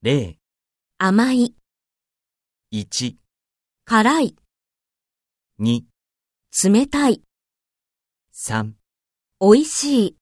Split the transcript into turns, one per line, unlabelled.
0、
甘い、
1、
辛い、
2、
冷たい、
3
美味しい。